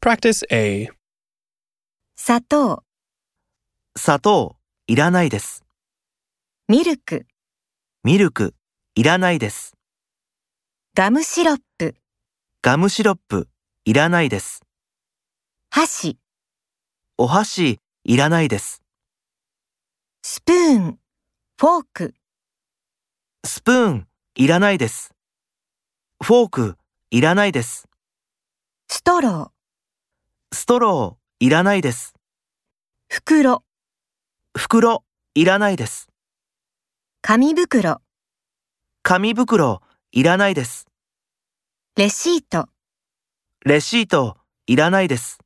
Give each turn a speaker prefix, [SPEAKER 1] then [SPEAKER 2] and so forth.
[SPEAKER 1] Practice A.
[SPEAKER 2] 砂糖、
[SPEAKER 3] 砂糖、いらないです。
[SPEAKER 2] ミルク、
[SPEAKER 3] ミルク、いらないです。
[SPEAKER 2] ガムシロップ、
[SPEAKER 3] ガムシロップ、いらないです。
[SPEAKER 2] 箸、
[SPEAKER 3] お箸、いらないです。
[SPEAKER 2] スプーン、フォーク、
[SPEAKER 3] スプーン、いらないです。フォーク、いらないです。
[SPEAKER 2] ストロー、
[SPEAKER 3] ストロー、いらないです。
[SPEAKER 2] 袋、
[SPEAKER 3] 袋、いらないです。
[SPEAKER 2] 紙袋、
[SPEAKER 3] 紙袋、いらないです。
[SPEAKER 2] レシート。
[SPEAKER 3] レシート、いらないです。